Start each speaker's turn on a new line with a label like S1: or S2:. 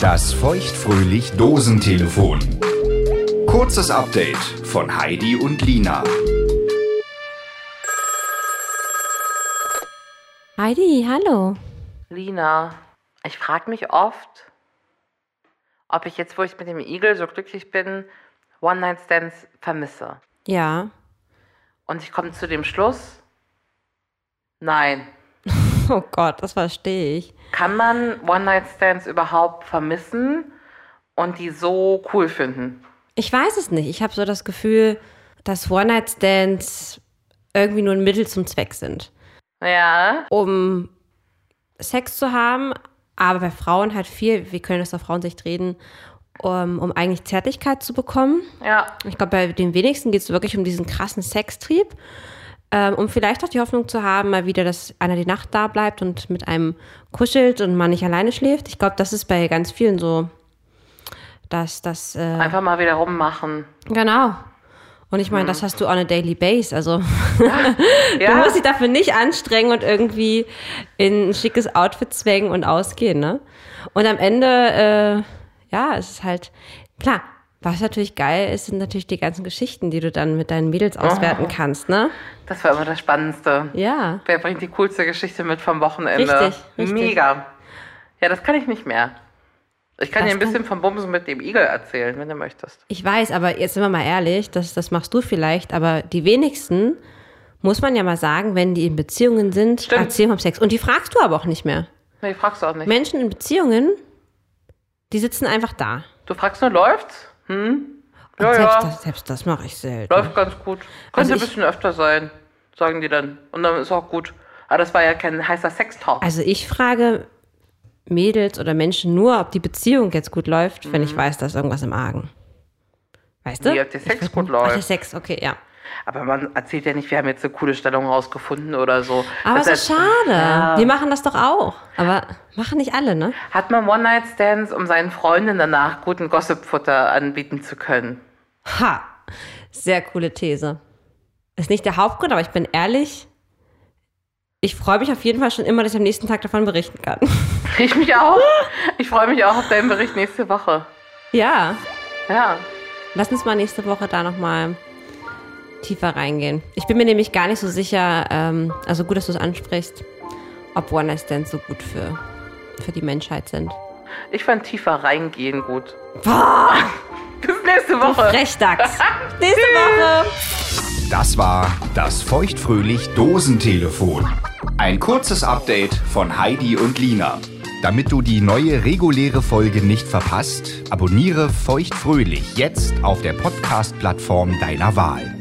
S1: Das feuchtfröhlich Dosentelefon. Kurzes Update von Heidi und Lina.
S2: Heidi, hallo.
S3: Lina, ich frage mich oft, ob ich jetzt, wo ich mit dem Igel so glücklich bin, One-Night-Stands vermisse.
S2: Ja.
S3: Und ich komme zu dem Schluss, nein.
S2: Oh Gott, das verstehe ich.
S3: Kann man One-Night-Stands überhaupt vermissen und die so cool finden?
S2: Ich weiß es nicht. Ich habe so das Gefühl, dass One-Night-Stands irgendwie nur ein Mittel zum Zweck sind,
S3: Ja,
S2: um Sex zu haben, aber bei Frauen halt viel, wir können das auf Frauensicht reden, um, um eigentlich Zärtlichkeit zu bekommen.
S3: ja,
S2: Ich glaube, bei den wenigsten geht es wirklich um diesen krassen Sextrieb. Ähm, um vielleicht auch die Hoffnung zu haben, mal wieder, dass einer die Nacht da bleibt und mit einem kuschelt und man nicht alleine schläft. Ich glaube, das ist bei ganz vielen so, dass das. Äh,
S3: einfach mal wieder rummachen.
S2: genau. Und ich meine, das hast du on a daily base. Also du
S3: Ja,
S2: musst dich dafür nicht anstrengen und irgendwie in ein schickes Outfit zwängen und ausgehen, ne? Und am Ende, äh, ja, es ist halt, klar, was natürlich geil ist, sind natürlich die ganzen Geschichten, die du dann mit deinen Mädels auswerten kannst, ne?
S3: das war immer das Spannendste.
S2: Ja.
S3: Wer bringt die coolste Geschichte mit vom Wochenende?
S2: Richtig, richtig.
S3: Mega. Ja, das kann ich nicht mehr. Ich kann
S2: Das
S3: dir ein bisschen vom Bumsen mit dem Igel erzählen, wenn du möchtest.
S2: Ich weiß, aber jetzt sind wir mal ehrlich, das, das machst du vielleicht, aber die wenigsten, muss man ja mal sagen, wenn die in Beziehungen sind,
S3: Stimmt.
S2: erzählen vom Sex. Und die fragst du aber auch nicht mehr.
S3: Nee, fragst du auch nicht.
S2: Menschen in Beziehungen, die sitzen einfach da.
S3: Du fragst nur, läuft's? Hm?
S2: Und
S3: Ja,
S2: selbst,
S3: ja,
S2: das, selbst das mache ich selten.
S3: läuft ganz gut. Könnte
S2: Also
S3: ein
S2: ich-
S3: bisschen öfter sein, sagen die dann. Und dann ist auch gut. Aber das war ja kein heißer Sextalk.
S2: Also ich frage Mädels oder Menschen nur, ob die Beziehung jetzt gut läuft, wenn ich weiß, da ist irgendwas im Argen. Weißt du?
S3: Nee, Mhm. ob der Sex
S2: Ich-
S3: gut
S2: Ach, der
S3: läuft.
S2: Sex, okay, ja.
S3: Aber man erzählt ja nicht, wir haben jetzt eine coole Stellung rausgefunden oder so.
S2: Aber
S3: Das
S2: es ist
S3: heißt,
S2: schade.
S3: Ja.
S2: Wir machen das doch auch. Aber machen nicht alle, ne?
S3: Hat man One-Night-Stands, um seinen Freunden danach guten Gossipfutter anbieten zu können?
S2: Ha! Sehr coole These. Ist nicht der Hauptgrund, aber ich bin ehrlich, ich freue mich auf jeden Fall schon immer, dass ich am nächsten Tag davon berichten kann.
S3: Ich mich auch. Ich freue mich auch auf deinen Bericht nächste Woche.
S2: ja.
S3: Ja.
S2: Lass uns mal nächste Woche da nochmal tiefer reingehen. Ich bin mir nämlich gar nicht so sicher, ähm, also gut, dass du es ansprichst, ob One-Night-Stands so gut für, für die Menschheit sind.
S3: Ich fand tiefer reingehen gut. Bis nächste Woche.
S2: Frechdachs! nächste Woche!
S1: Das war das feuchtfröhlich Dosentelefon. Ein kurzes Update von Heidi und Lina. Damit du die neue reguläre Folge nicht verpasst, abonniere feuchtfröhlich jetzt auf der Podcast-Plattform deiner Wahl.